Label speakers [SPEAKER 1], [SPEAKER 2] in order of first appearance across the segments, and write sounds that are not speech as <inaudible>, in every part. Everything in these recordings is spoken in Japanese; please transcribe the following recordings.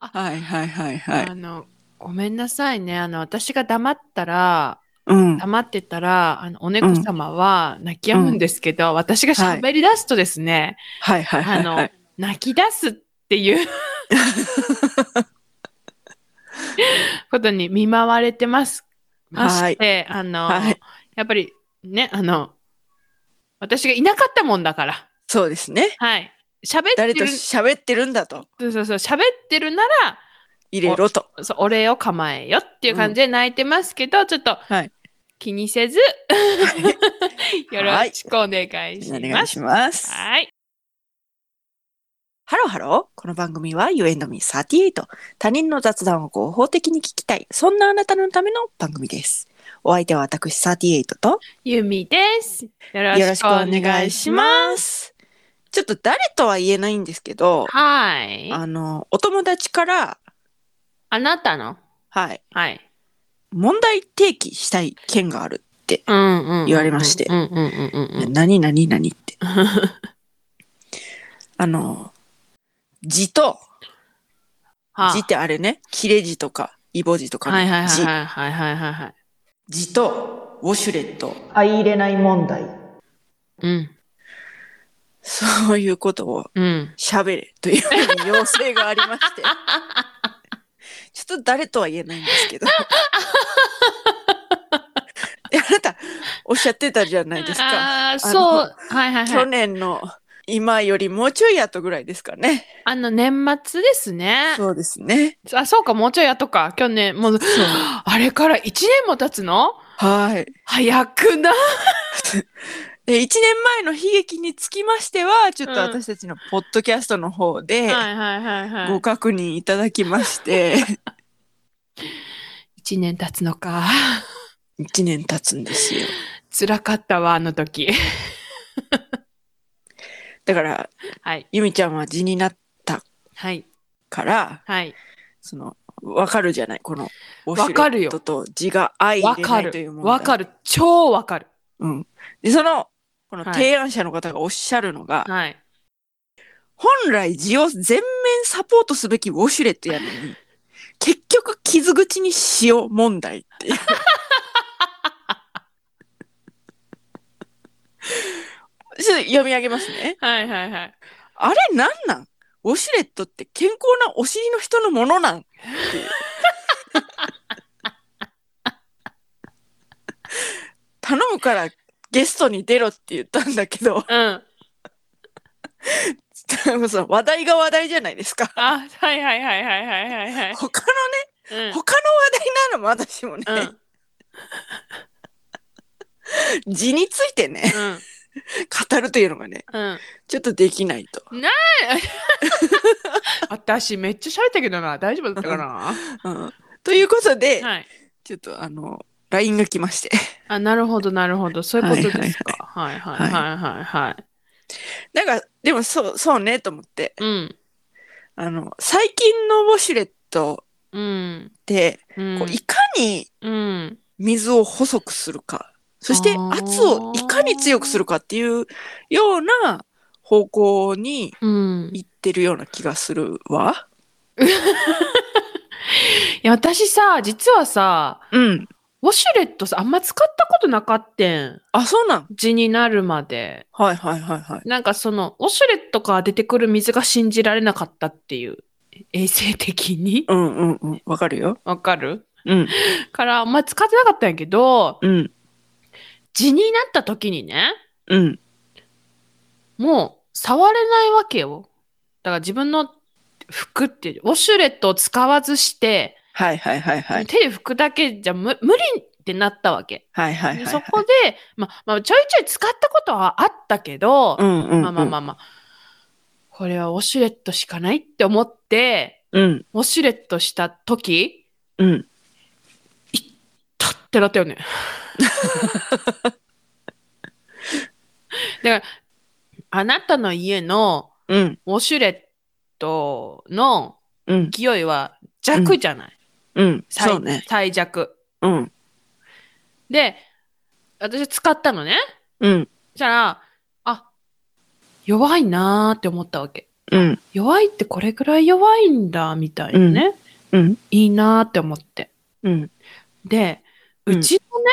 [SPEAKER 1] はいはいはいは
[SPEAKER 2] あ
[SPEAKER 1] い。
[SPEAKER 2] の、ごめんなさいね。あの、私が黙ったら、
[SPEAKER 1] うん。
[SPEAKER 2] 黙ってたら、あの、お猫様は泣き止むんですけど、私が喋り出すとですね、
[SPEAKER 1] はいはいは
[SPEAKER 2] あ
[SPEAKER 1] い、
[SPEAKER 2] の、
[SPEAKER 1] はい。
[SPEAKER 2] 泣き出すっていう
[SPEAKER 1] <laughs>
[SPEAKER 2] ことに見舞われてます。まして、あの、
[SPEAKER 1] はい
[SPEAKER 2] やっぱりね、あの、私がいなかったもんだから、
[SPEAKER 1] そうですね。
[SPEAKER 2] はい。喋って
[SPEAKER 1] 誰と
[SPEAKER 2] る、
[SPEAKER 1] 喋ってるんだと。
[SPEAKER 2] そうそうそう、喋ってるなら、
[SPEAKER 1] 入れろと。
[SPEAKER 2] そうお礼を構えよっていう感じで泣いてますけど、ちょっと
[SPEAKER 1] はい
[SPEAKER 2] 気にせず、 <laughs> よろしくお願いし
[SPEAKER 1] お願
[SPEAKER 2] ま
[SPEAKER 1] い
[SPEAKER 2] す。
[SPEAKER 1] します。
[SPEAKER 2] はい。
[SPEAKER 1] ハローハロー。この番組は You and me38。他人の雑談を合法的に聞きたい。そんなあなたのための番組です。お相手は私38と
[SPEAKER 2] ゆみです。よ
[SPEAKER 1] よ
[SPEAKER 2] ろ
[SPEAKER 1] ろ
[SPEAKER 2] し
[SPEAKER 1] し
[SPEAKER 2] く
[SPEAKER 1] く
[SPEAKER 2] お
[SPEAKER 1] お
[SPEAKER 2] 願
[SPEAKER 1] 願
[SPEAKER 2] い
[SPEAKER 1] い
[SPEAKER 2] し
[SPEAKER 1] し
[SPEAKER 2] ます。
[SPEAKER 1] ます。ちょっと誰とは言えないんですけど、
[SPEAKER 2] はい。
[SPEAKER 1] あの、お友達から、
[SPEAKER 2] あなたの
[SPEAKER 1] はい、
[SPEAKER 2] はい。
[SPEAKER 1] 問題提起したい件がある。
[SPEAKER 2] うんうんうん
[SPEAKER 1] 言われまして
[SPEAKER 2] うんうんうんうんうん。
[SPEAKER 1] 何何何
[SPEAKER 2] <laughs>
[SPEAKER 1] って。あの、字と、
[SPEAKER 2] はあ
[SPEAKER 1] 字ってあれね、切れ字とか、イボ字とかの
[SPEAKER 2] は
[SPEAKER 1] 字、
[SPEAKER 2] いはいはいはいはいはいはい。
[SPEAKER 1] 字とウォシュレット。相入れない問題。
[SPEAKER 2] うん。
[SPEAKER 1] そういうことを
[SPEAKER 2] うん。
[SPEAKER 1] 喋れというふうに要請があり
[SPEAKER 2] <laughs>
[SPEAKER 1] まして。ちょっと誰とは言えないんですけど。いやあなた、おっしゃってたじゃないですか。
[SPEAKER 2] ああ、そう。はいはいは
[SPEAKER 1] 去
[SPEAKER 2] い。
[SPEAKER 1] 年の今よりもうちょい後ぐらいですかね。
[SPEAKER 2] あの、年末ですね。
[SPEAKER 1] そうですね。
[SPEAKER 2] あ、そうか、もうちょいやとか。去年、もう、あれから1年も経つの
[SPEAKER 1] はい。
[SPEAKER 2] 早くない
[SPEAKER 1] で、1年前の悲劇につきましては、ちょっと
[SPEAKER 2] うん
[SPEAKER 1] 私たちのポッドキャストの方で、
[SPEAKER 2] はいはいはいは
[SPEAKER 1] ご
[SPEAKER 2] い。
[SPEAKER 1] 確認いただき
[SPEAKER 2] <laughs>
[SPEAKER 1] まして、
[SPEAKER 2] 1年経つのか。 <laughs>
[SPEAKER 1] 1年経つんですよ。
[SPEAKER 2] 辛かったわ、あの時。
[SPEAKER 1] だから、
[SPEAKER 2] はい。
[SPEAKER 1] ゆみちゃんは地になった
[SPEAKER 2] はい。
[SPEAKER 1] から、
[SPEAKER 2] はい。
[SPEAKER 1] その、わかるじゃないこの、ウォシ
[SPEAKER 2] わ
[SPEAKER 1] ュ
[SPEAKER 2] か
[SPEAKER 1] レ
[SPEAKER 2] る
[SPEAKER 1] ッ
[SPEAKER 2] よ
[SPEAKER 1] トと字が相
[SPEAKER 2] わ
[SPEAKER 1] 入れな
[SPEAKER 2] か
[SPEAKER 1] いという
[SPEAKER 2] る。
[SPEAKER 1] 問題。
[SPEAKER 2] わかる。超わかる。
[SPEAKER 1] うん。で、その、この
[SPEAKER 2] はい
[SPEAKER 1] 提案者の方がおっしゃるのが、
[SPEAKER 2] はい。
[SPEAKER 1] 本来字を全面サポートすべきウォシュレットやのに、結局傷口に塩問題っていう。ちょっと読み上げますね。
[SPEAKER 2] はいはいはい。
[SPEAKER 1] あれなんなんウォシュレットって健康なお尻の人のものなんっていう頼むからゲストに出ろって言ったんだけど、 <laughs>
[SPEAKER 2] うん。
[SPEAKER 1] その話題が話題じゃないですか。
[SPEAKER 2] あ、はいはいはいはいはいはいはい。
[SPEAKER 1] 他の
[SPEAKER 2] <laughs> うん
[SPEAKER 1] 他の話題ならまだしもね、
[SPEAKER 2] うん。うん。
[SPEAKER 1] 字についてね語るというのがね
[SPEAKER 2] うん。
[SPEAKER 1] ちょっとできないと
[SPEAKER 2] 私めっちゃ喋ったけどな。大丈夫だったかな。、
[SPEAKER 1] うん、ということで、
[SPEAKER 2] はい。
[SPEAKER 1] ちょっとあの LINE が来まして <laughs>
[SPEAKER 2] あ、なるほどなるほど。そういうことですか。はいはいはいはいはい。
[SPEAKER 1] なんかでもそうそうねと思って
[SPEAKER 2] うん。
[SPEAKER 1] あの最近のウォシュレット
[SPEAKER 2] うん。
[SPEAKER 1] って、
[SPEAKER 2] うん
[SPEAKER 1] こういかに
[SPEAKER 2] うん。
[SPEAKER 1] 水を細くするかそして
[SPEAKER 2] あー
[SPEAKER 1] 圧をいかに強くするかっていうような方向に
[SPEAKER 2] うん。い
[SPEAKER 1] 行ってるような気がするわ。
[SPEAKER 2] や、私さ、実はさ、
[SPEAKER 1] うん。
[SPEAKER 2] ウォシュレットさ、あんま使ったことなかってん。
[SPEAKER 1] あ、そうなん。
[SPEAKER 2] 字になるまで。
[SPEAKER 1] はいはいはいはい。
[SPEAKER 2] なんかその、ウォシュレットから出てくる水が信じられなかったっていう。衛生的
[SPEAKER 1] <laughs>
[SPEAKER 2] に
[SPEAKER 1] うんうんうん。わかるよ。
[SPEAKER 2] わかる
[SPEAKER 1] うん。
[SPEAKER 2] から、あんま使ってなかったんやけど、
[SPEAKER 1] うん。
[SPEAKER 2] 字になった時にね、
[SPEAKER 1] うん。
[SPEAKER 2] もう触れないわけよ。だから自分の服って、ウォシュレットを使わずして、
[SPEAKER 1] はいはいはいはい。
[SPEAKER 2] 手で拭くだけじゃ無無理ってなったわけ。
[SPEAKER 1] はいはいは
[SPEAKER 2] で
[SPEAKER 1] い、はい。
[SPEAKER 2] そこで、まあ、まあ、ちょいちょい使ったことはあったけど、
[SPEAKER 1] うんうんうん。
[SPEAKER 2] まあまあまあまあ、これはウォシュレットしかないって思って、
[SPEAKER 1] うん
[SPEAKER 2] ウォシュレットした時、
[SPEAKER 1] うん。
[SPEAKER 2] たってなった
[SPEAKER 1] <laughs>
[SPEAKER 2] よね。だから、あなたの家の
[SPEAKER 1] うん
[SPEAKER 2] ウォシュレットの
[SPEAKER 1] うん
[SPEAKER 2] 勢いは弱じゃない、
[SPEAKER 1] うん。
[SPEAKER 2] 最
[SPEAKER 1] そうね。
[SPEAKER 2] 最弱。
[SPEAKER 1] うん
[SPEAKER 2] で、私使ったのね。
[SPEAKER 1] うん。
[SPEAKER 2] そしたら、あ、弱いなーって思ったわけ。
[SPEAKER 1] うん。
[SPEAKER 2] 弱いってこれぐらい弱いんだ、みたいなね。
[SPEAKER 1] うん。
[SPEAKER 2] いいなーって思って。
[SPEAKER 1] うん。
[SPEAKER 2] で、
[SPEAKER 1] うん
[SPEAKER 2] うちのね、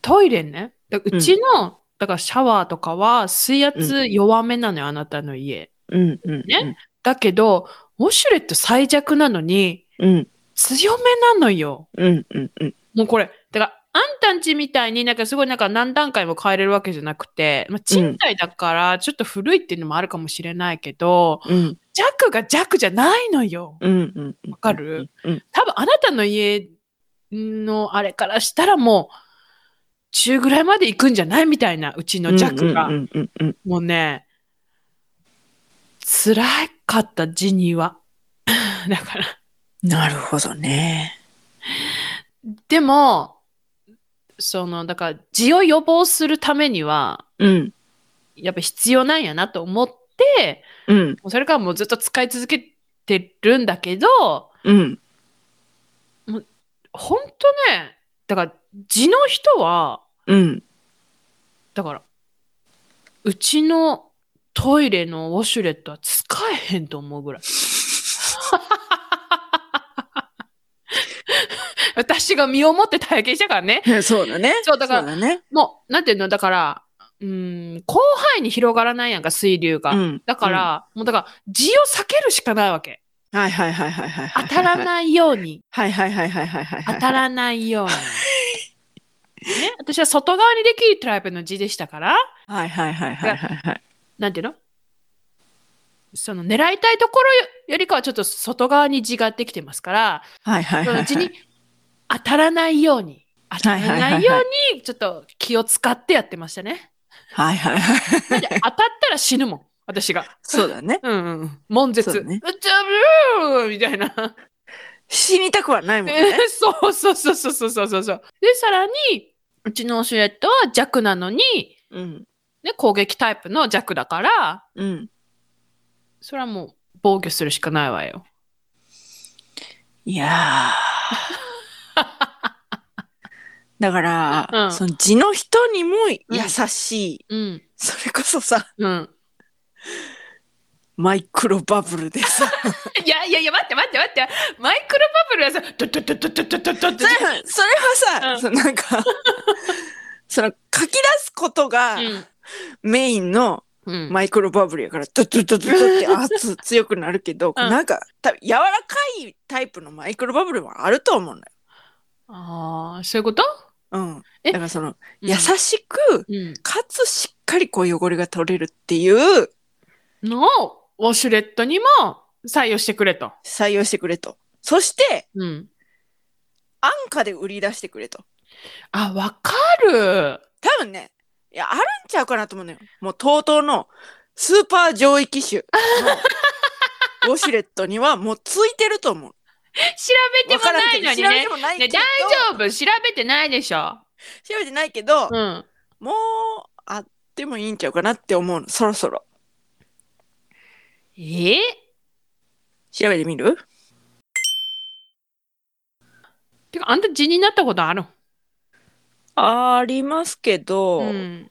[SPEAKER 2] トイレね、だうちの、だからシャワーとかは水圧弱めなのよ、あなたの家。
[SPEAKER 1] うん。うん。
[SPEAKER 2] ねだけど、ウォシュレット最弱なのに、
[SPEAKER 1] うん。
[SPEAKER 2] 強めなのよ。
[SPEAKER 1] うん。うん。うん。
[SPEAKER 2] もうこれ、だから、あんたんちみたいになんかすごいなんか何段階も変えれるわけじゃなくて、まあ、賃貸だからちょっと古いっていうのもあるかもしれないけど、
[SPEAKER 1] うん。
[SPEAKER 2] 弱が弱じゃないのよ。
[SPEAKER 1] うん。うん。
[SPEAKER 2] わかる
[SPEAKER 1] うん。
[SPEAKER 2] 多分あなたの家のあれからしたらもう中ぐらいまで行くんじゃないみたいなうちの弱
[SPEAKER 1] う
[SPEAKER 2] が
[SPEAKER 1] ん。うん。うん。
[SPEAKER 2] もうね辛かったジニーは <laughs> だから
[SPEAKER 1] なるほどね。
[SPEAKER 2] でもそのだから痔を予防するためには
[SPEAKER 1] うん。
[SPEAKER 2] やっぱ必要なんやなと思って
[SPEAKER 1] うん。
[SPEAKER 2] それからもうずっと使い続けてるんだけど
[SPEAKER 1] うん。
[SPEAKER 2] ほんとね、だから、地の人は、
[SPEAKER 1] うん。
[SPEAKER 2] だから、うちのトイレのウォシュレットは使えへんと思うぐらい。 <laughs> 私が身をもって体験したからね。
[SPEAKER 1] そうだね。
[SPEAKER 2] そうだから
[SPEAKER 1] そうだね。
[SPEAKER 2] もう、なんていうの、だから、うーん、広範囲に広がらないやんか、水流が。
[SPEAKER 1] うん。
[SPEAKER 2] だから、もうだから、地を避けるしかないわけ。
[SPEAKER 1] うん。はいはいはいはいはい。
[SPEAKER 2] 当たら
[SPEAKER 1] い。
[SPEAKER 2] ないよう
[SPEAKER 1] <laughs>
[SPEAKER 2] に。
[SPEAKER 1] はいはいはいはいはいはい。
[SPEAKER 2] 当たらない
[SPEAKER 1] <laughs>
[SPEAKER 2] ように。ね、私は外側にできるタイプの字でしたから、
[SPEAKER 1] はいはいはいはいはいはい。
[SPEAKER 2] なんていうのその狙いたいところよりかはちょっと外側に字ができてますから、
[SPEAKER 1] はいはい
[SPEAKER 2] そ
[SPEAKER 1] は
[SPEAKER 2] の
[SPEAKER 1] い。
[SPEAKER 2] 字に当たらないように、当たらないよ
[SPEAKER 1] はいう
[SPEAKER 2] に、ちょっと気を使ってやってましたね。
[SPEAKER 1] はいはいはい。
[SPEAKER 2] だって当たったら死ぬもん、私が。
[SPEAKER 1] そうだね。
[SPEAKER 2] うんうん。悶絶。
[SPEAKER 1] そうだね
[SPEAKER 2] うちゃぶーみたいな。
[SPEAKER 1] 死にたくはないも
[SPEAKER 2] <laughs>
[SPEAKER 1] んね。
[SPEAKER 2] そうそうそうそうそうそうそうそう。で、さらに、うちのシュレットは弱なのに、
[SPEAKER 1] うん。
[SPEAKER 2] ね、攻撃タイプの弱だから、
[SPEAKER 1] うん。
[SPEAKER 2] それはもう防御するしかないわよ。
[SPEAKER 1] いやー。だから、
[SPEAKER 2] うん
[SPEAKER 1] その地の人にも優しい、
[SPEAKER 2] うん。
[SPEAKER 1] それこそさ
[SPEAKER 2] うん。
[SPEAKER 1] マイクロバブルで
[SPEAKER 2] <laughs>
[SPEAKER 1] さ
[SPEAKER 2] <laughs> いやいやいや、待って待って待って。マイクロバブルはさ、ドドドドドドドド
[SPEAKER 1] それそれはさ、
[SPEAKER 2] うん
[SPEAKER 1] そのなんかその書き出すことがメインの
[SPEAKER 2] うん。
[SPEAKER 1] マイクロバブルやからドドドドドって圧強くなるけど、
[SPEAKER 2] うん
[SPEAKER 1] なんか多分柔らかいタイプのマイクロバブルもあると思うんだよ。
[SPEAKER 2] ああ、そういうこと
[SPEAKER 1] うん、
[SPEAKER 2] え
[SPEAKER 1] だからその
[SPEAKER 2] うん
[SPEAKER 1] 優しく、
[SPEAKER 2] うん。
[SPEAKER 1] かつしっかりこう汚れが取れるっていう
[SPEAKER 2] のをウォシュレットにも採用してくれと。
[SPEAKER 1] 採用してくれとそして
[SPEAKER 2] うん。
[SPEAKER 1] 安価で売り出してくれと
[SPEAKER 2] あ、わかる。
[SPEAKER 1] 多分ねいやあるんちゃうかなと思うのよもう TOTO のスーパー上位機種 <laughs> のウォシュレットにはもうついてると思う。
[SPEAKER 2] <laughs> 調べてもないのに
[SPEAKER 1] わからんけど調べ
[SPEAKER 2] ね
[SPEAKER 1] て。もないけ
[SPEAKER 2] ね
[SPEAKER 1] ど、
[SPEAKER 2] 大丈夫。調べてないでしょ。
[SPEAKER 1] 調べてないけど、
[SPEAKER 2] うん。
[SPEAKER 1] もうあってもいいんちゃうかなって思うのそろそろ
[SPEAKER 2] えー
[SPEAKER 1] 調べてみる
[SPEAKER 2] てか、あんた地になったことある
[SPEAKER 1] ありますけど、
[SPEAKER 2] うん。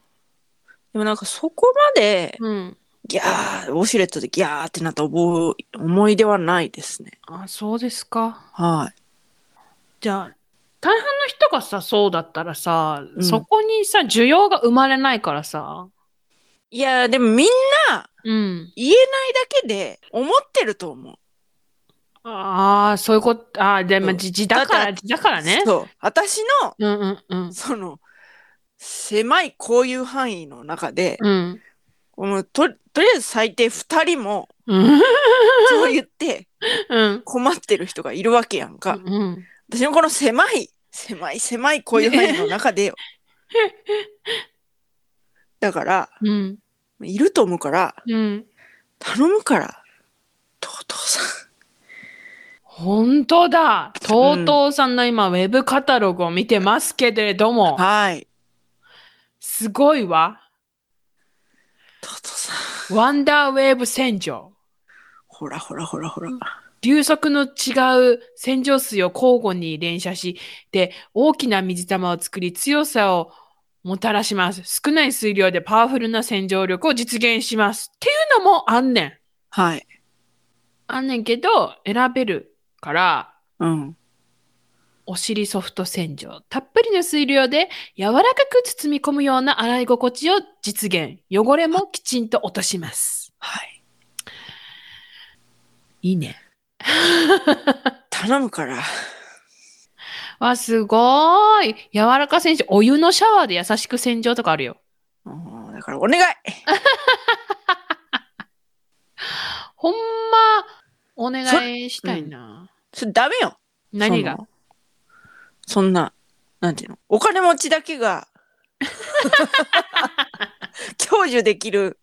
[SPEAKER 1] でもなんかそこまで
[SPEAKER 2] うん。
[SPEAKER 1] ギャーウォシュレットでギャーってなった覚え思い出はないですね
[SPEAKER 2] あ、そうですか。
[SPEAKER 1] は
[SPEAKER 2] じゃあ大半の人がさそうだったらさ、
[SPEAKER 1] うん
[SPEAKER 2] そこにさ需要が生まれないからさ
[SPEAKER 1] いいやーでもみんな
[SPEAKER 2] うん
[SPEAKER 1] 言えないだけで思ってると思う
[SPEAKER 2] ああそういうことああで
[SPEAKER 1] そ
[SPEAKER 2] も
[SPEAKER 1] う
[SPEAKER 2] じじだか
[SPEAKER 1] だ
[SPEAKER 2] らじだからね
[SPEAKER 1] そう私の
[SPEAKER 2] うんうんうん
[SPEAKER 1] その狭いこういう範囲の中で、
[SPEAKER 2] うん
[SPEAKER 1] もうととりあえず最低2人も
[SPEAKER 2] うん
[SPEAKER 1] そう言って
[SPEAKER 2] うん
[SPEAKER 1] 困ってる人がいるわけやんか、
[SPEAKER 2] うん
[SPEAKER 1] 私のこの狭い狭い狭いこういう範囲の中でよだから
[SPEAKER 2] うん
[SPEAKER 1] いると思うから
[SPEAKER 2] うん
[SPEAKER 1] 頼むからとうとうさん
[SPEAKER 2] 本当だ TOTO さんの今ウェブカタログを見てますけれども、
[SPEAKER 1] はい
[SPEAKER 2] すごいわ
[SPEAKER 1] とうとうさん
[SPEAKER 2] ワンダーウェーブ洗浄
[SPEAKER 1] ほらほらほらほら
[SPEAKER 2] 流速の違う洗浄水を交互に連射し、で、大きな水玉を作り強さをもたらします。少ない水量でパワフルな洗浄力を実現します。っていうのもあんねん。
[SPEAKER 1] はい
[SPEAKER 2] あんねんけど、選べるから、
[SPEAKER 1] うん。
[SPEAKER 2] お尻ソフト洗浄。たっぷりの水量で柔らかく包み込むような洗い心地を実現。汚れもきちんと落とします。
[SPEAKER 1] はい。
[SPEAKER 2] いいね。
[SPEAKER 1] 頼むから。
[SPEAKER 2] わ、すごーい。柔らか洗浄。お湯のシャワーで優しく洗浄とかあるよ。
[SPEAKER 1] うんだからお願い
[SPEAKER 2] ほんま、お願いしたいな。
[SPEAKER 1] それダメよ
[SPEAKER 2] 何が
[SPEAKER 1] そのそんな、なんていうのお金持ちだ
[SPEAKER 2] <laughs>
[SPEAKER 1] けが、享受できる。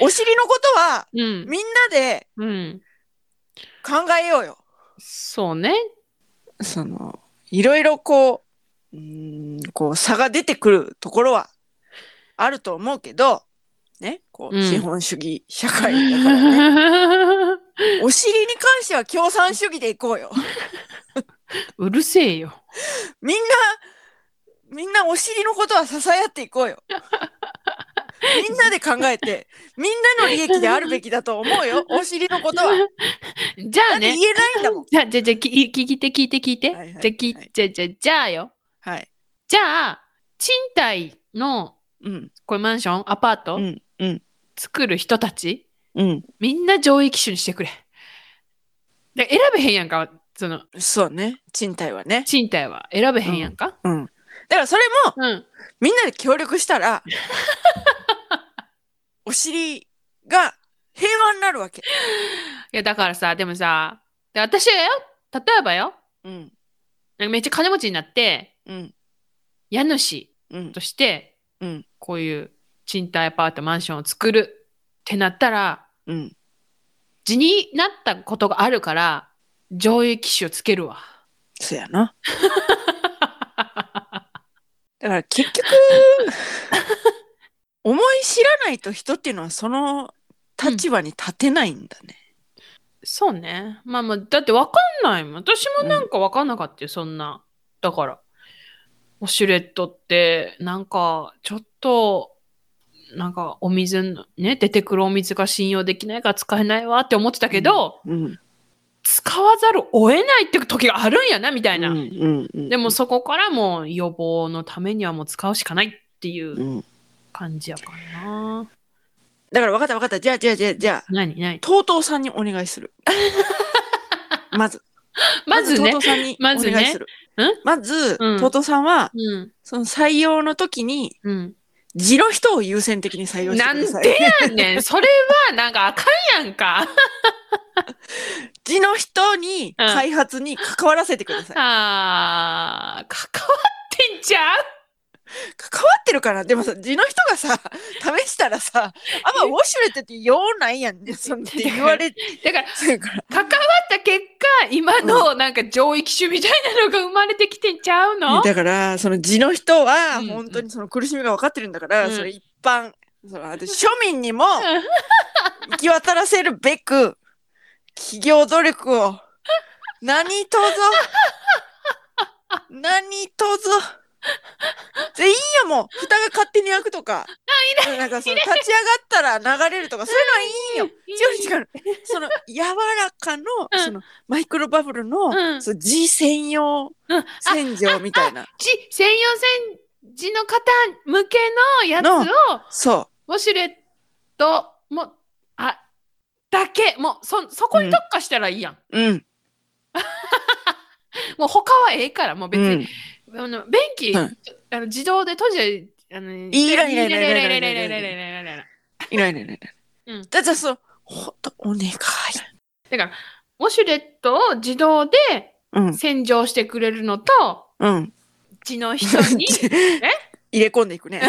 [SPEAKER 1] お尻のことは、
[SPEAKER 2] うん。
[SPEAKER 1] みんなで
[SPEAKER 2] うん。
[SPEAKER 1] 考えようよ。
[SPEAKER 2] そうね。
[SPEAKER 1] その、いろいろこう、うーん、こう、差が出てくるところは、あると思うけど、ね、こ
[SPEAKER 2] う
[SPEAKER 1] う、
[SPEAKER 2] ん
[SPEAKER 1] 資本主義社会だか
[SPEAKER 2] <laughs>
[SPEAKER 1] らね。お尻に関しては共産主義でいこうよ。
[SPEAKER 2] うるせえよ。
[SPEAKER 1] みんな、みんなお尻のことは支え合っていこうよ。みんなで考えて、みんなの利益であるべきだと思うよ。お尻のことは。だ
[SPEAKER 2] じゃあ
[SPEAKER 1] って言
[SPEAKER 2] ね。
[SPEAKER 1] えないんだもん。
[SPEAKER 2] じゃあ、じゃあ、じゃあ、き聞いて、聞いて、聞いて。
[SPEAKER 1] はいはい
[SPEAKER 2] じゃあ、き
[SPEAKER 1] はい
[SPEAKER 2] じゃあ、じゃあ、じゃあよ。
[SPEAKER 1] はい。
[SPEAKER 2] じゃあ、賃貸の、
[SPEAKER 1] うん。
[SPEAKER 2] これマンション、アパート、
[SPEAKER 1] うん。うん。
[SPEAKER 2] 作る人たち、
[SPEAKER 1] うん。
[SPEAKER 2] みんな上位機種にしてくれ。で選べへんやんか、その、
[SPEAKER 1] そうね。賃貸はね。
[SPEAKER 2] 賃貸は。選べへんやんか。
[SPEAKER 1] うん。だからそれも、
[SPEAKER 2] うん。
[SPEAKER 1] みんなで協力した <laughs> ら、お尻が平和になるわ
[SPEAKER 2] い
[SPEAKER 1] け。
[SPEAKER 2] や、だからさ、でもさ、で私がよ、例えばよ、
[SPEAKER 1] うん。
[SPEAKER 2] なんかめっちゃ金持ちになって、
[SPEAKER 1] うん。
[SPEAKER 2] 家主
[SPEAKER 1] うん
[SPEAKER 2] と。して、
[SPEAKER 1] うん
[SPEAKER 2] こういう賃貸アパートマンションを作るってなったら、
[SPEAKER 1] うん。
[SPEAKER 2] 地になったことがあるから、上位機種をつけるわ。
[SPEAKER 1] そや <laughs> な。だから結 <laughs> 局、思い知らないと人っていうのはその立場に立てないんだね。
[SPEAKER 2] そうね。まあまあ、だってわかんないもん。私もなんかわかんなかったよ、そんな。だから、ウォシュレットって、なんか、ちょっと、なんかお水のね、出てくるお水が信用できないから使えないわって思ってたけど、
[SPEAKER 1] うん。み
[SPEAKER 2] 使わざるを得ないって時があるんやな、みたいな。
[SPEAKER 1] うんうんうん、
[SPEAKER 2] でも、そこからもう予防のためにはもう使うしかないっていう
[SPEAKER 1] うん。
[SPEAKER 2] 感じやからな。
[SPEAKER 1] だから分かった分かった。じゃあじゃあじゃあじゃあ、
[SPEAKER 2] 何何
[SPEAKER 1] とうとうさんにお願いす <laughs> る。まず。
[SPEAKER 2] まず
[SPEAKER 1] と
[SPEAKER 2] ね
[SPEAKER 1] うとう。さんにお
[SPEAKER 2] ま
[SPEAKER 1] 願
[SPEAKER 2] ずね
[SPEAKER 1] いする。まず、
[SPEAKER 2] うん
[SPEAKER 1] とうとうさんは、
[SPEAKER 2] うん。
[SPEAKER 1] その採用の時に、
[SPEAKER 2] うん。
[SPEAKER 1] 地の人を優先的に採用して
[SPEAKER 2] な
[SPEAKER 1] く
[SPEAKER 2] ん
[SPEAKER 1] ださい。
[SPEAKER 2] でやねん。それはなんかあかんやんか。
[SPEAKER 1] 地の人に
[SPEAKER 2] うん
[SPEAKER 1] 開発に関わらせてください。
[SPEAKER 2] あー、関わってんじゃん
[SPEAKER 1] 関わってるかなでもさ、地の人がさ、試したらさ、あんまウォシュレットって用ないやんね。そんって言
[SPEAKER 2] <laughs>
[SPEAKER 1] われ
[SPEAKER 2] だから、
[SPEAKER 1] てるから。
[SPEAKER 2] 関わった結果、今のなんか上位機種みたいなのが生まれてきてんちゃうの
[SPEAKER 1] だから、その地の人は、
[SPEAKER 2] うん
[SPEAKER 1] 本当にその苦しみが分かってるんだから、
[SPEAKER 2] うん
[SPEAKER 1] それ一般、そのあと庶民にも行き渡らせるべく、企業努力を、何とぞ、何とぞ。で、いいよ、もう。蓋が勝手に開くとか。なんかその立ち上がったら流れるとか、そういうのはいいよ。違う違う。その柔らかの、
[SPEAKER 2] うん
[SPEAKER 1] そのマイクロバブルの、
[SPEAKER 2] うん
[SPEAKER 1] その G 専用
[SPEAKER 2] うん。あ、
[SPEAKER 1] 洗浄みたいな。
[SPEAKER 2] ち、専用洗浄の方向けのやつを、
[SPEAKER 1] そ
[SPEAKER 2] ウォシュレットも、あ、だけ、もう、そ、そこに特化したらいいやん。
[SPEAKER 1] う。うん。
[SPEAKER 2] もう他はええから、もう別に。
[SPEAKER 1] うん
[SPEAKER 2] あの便器、
[SPEAKER 1] うん
[SPEAKER 2] ちょあの自動で閉じて、あのい
[SPEAKER 1] いらんいらん
[SPEAKER 2] い
[SPEAKER 1] い
[SPEAKER 2] ら
[SPEAKER 1] らん
[SPEAKER 2] んいらんい
[SPEAKER 1] いらん
[SPEAKER 2] らんいらん
[SPEAKER 1] いらん
[SPEAKER 2] いらんいらんいらん
[SPEAKER 1] いらないいらない。
[SPEAKER 2] うん
[SPEAKER 1] だってそう、ほんと、お願い。
[SPEAKER 2] だから、ウォシュレットを自動で
[SPEAKER 1] うん。
[SPEAKER 2] 洗浄してくれるのと、
[SPEAKER 1] うん。
[SPEAKER 2] 地の人に
[SPEAKER 1] <laughs> 入れ込んで
[SPEAKER 2] <laughs>
[SPEAKER 1] いくね。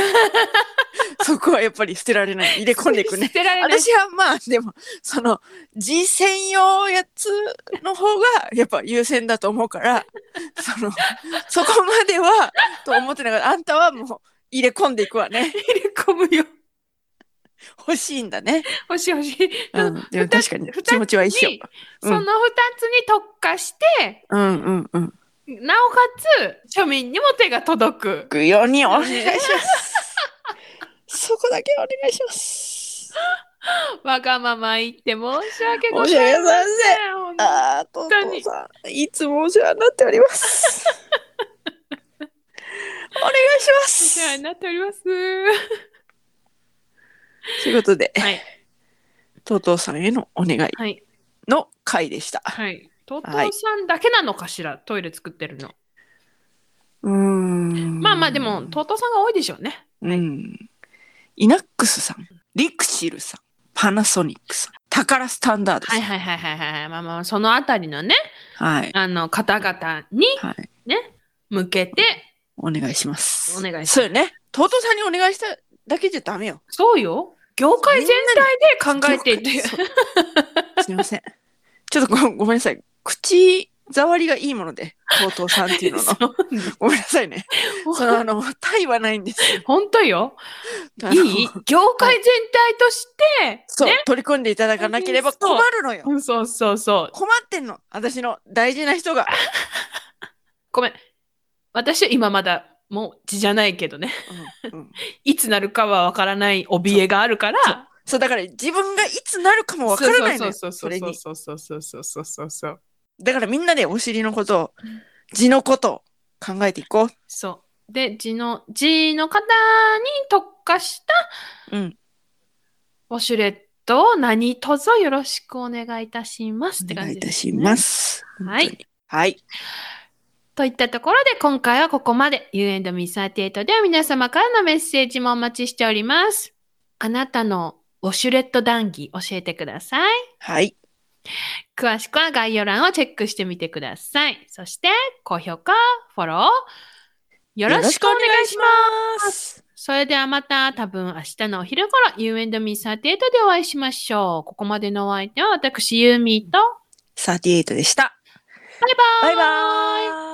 [SPEAKER 1] そこはやっぱり捨てられない。入れ込んでいくね
[SPEAKER 2] 捨。てられない。
[SPEAKER 1] 私はまあ、でも、その、G 専用やつの方が、やっぱ優先だと思
[SPEAKER 2] <laughs>
[SPEAKER 1] うから、その、そこまでは、と思ってながら、あんたはもう、入れ込んでいく
[SPEAKER 2] <laughs>
[SPEAKER 1] わね。
[SPEAKER 2] 入れ込むよ。
[SPEAKER 1] 欲しいんだね。
[SPEAKER 2] 欲しい欲しい。
[SPEAKER 1] うん。でも
[SPEAKER 2] 二つ
[SPEAKER 1] 確かに、気持ちは一緒
[SPEAKER 2] に。そ
[SPEAKER 1] うん
[SPEAKER 2] の二つに特化して、
[SPEAKER 1] うんうんうん。
[SPEAKER 2] なおかつ、庶民にも手が届く。 <laughs>
[SPEAKER 1] くようにお願いします。そこだけお願いします。
[SPEAKER 2] わがまま言って申し訳ご
[SPEAKER 1] 申し
[SPEAKER 2] ざ
[SPEAKER 1] 訳
[SPEAKER 2] い
[SPEAKER 1] ご
[SPEAKER 2] ま
[SPEAKER 1] ざいません
[SPEAKER 2] せん本当に。
[SPEAKER 1] ああ、とうとうさん、いつもお世話になっており
[SPEAKER 2] <laughs>
[SPEAKER 1] ます。
[SPEAKER 2] お世
[SPEAKER 1] お願いしま
[SPEAKER 2] 話
[SPEAKER 1] す
[SPEAKER 2] に。なっております。
[SPEAKER 1] ということで、
[SPEAKER 2] はい。
[SPEAKER 1] とうとうさんへのお願い
[SPEAKER 2] はい。
[SPEAKER 1] の回でした。
[SPEAKER 2] はい。とうとうさんだけなのかしら、トイレ作ってるの。
[SPEAKER 1] うーん。
[SPEAKER 2] まあまあ、でも、とうとうさんが多いでしょうね。
[SPEAKER 1] うん。イナックスさん、リクシルさん、パナソニックさん、タカラスタンダードさ
[SPEAKER 2] は
[SPEAKER 1] ん。
[SPEAKER 2] いはいはいはいはい。まあまあ、そのあたりのね、
[SPEAKER 1] はい。
[SPEAKER 2] あの、方々に
[SPEAKER 1] はい。
[SPEAKER 2] 向けて、
[SPEAKER 1] お願いします。
[SPEAKER 2] お願いします
[SPEAKER 1] そうよね。とうとうさんにお願いしただけじゃダメよ。
[SPEAKER 2] そうよ。業界全体で考えていて。
[SPEAKER 1] そうすみません。ちょっとごごめんなさい。口触りがいいもので、とうとうさんっ
[SPEAKER 2] <laughs>
[SPEAKER 1] ていうのの。ごめんなさいね。そのあの、体はないんですよ。
[SPEAKER 2] 本当よ。
[SPEAKER 1] あの
[SPEAKER 2] いい業界全体として、
[SPEAKER 1] そう、
[SPEAKER 2] ね。
[SPEAKER 1] 取り込んでいただかなければ困るのよ。
[SPEAKER 2] うんそうそうそう。
[SPEAKER 1] 困ってんの。私の大事な人が。
[SPEAKER 2] ごめん。私は今まだ、もう血じゃないけどね。 <laughs>
[SPEAKER 1] うん <laughs> うん
[SPEAKER 2] いつなるかはわからない怯えがあるから。
[SPEAKER 1] そう、だから自分がいつなるかもわからないのよ。
[SPEAKER 2] そう
[SPEAKER 1] そ
[SPEAKER 2] そう
[SPEAKER 1] れ
[SPEAKER 2] そう
[SPEAKER 1] に。
[SPEAKER 2] そうそうそうそうそうそうそう。
[SPEAKER 1] だからみんなでお尻のことを、字のことを考えていこ
[SPEAKER 2] そう。で、字の、字の方に特化した
[SPEAKER 1] う。うん。
[SPEAKER 2] ウォシュレットを何卒よろしくお願いいたしますって
[SPEAKER 1] お願
[SPEAKER 2] 感
[SPEAKER 1] い
[SPEAKER 2] じ
[SPEAKER 1] い
[SPEAKER 2] で
[SPEAKER 1] た
[SPEAKER 2] す
[SPEAKER 1] し
[SPEAKER 2] ね、
[SPEAKER 1] ます。
[SPEAKER 2] はい
[SPEAKER 1] 本当に。はい。
[SPEAKER 2] といったところで今回はここまで U&Me38 では皆様からのメッセージもお待ちしております。あなたのウォシュレット談義教えてください。
[SPEAKER 1] はい。
[SPEAKER 2] 詳しくは概要欄をチェックしてみてください。そして高評価、フォローよろしくお願いします。
[SPEAKER 1] ます。
[SPEAKER 2] それではまた多分明日のお昼頃 You and me38 でお会いしましょう。ここまでのお相手は私ユーミーと
[SPEAKER 1] 38でした。
[SPEAKER 2] バイバーイ
[SPEAKER 1] バイバーイ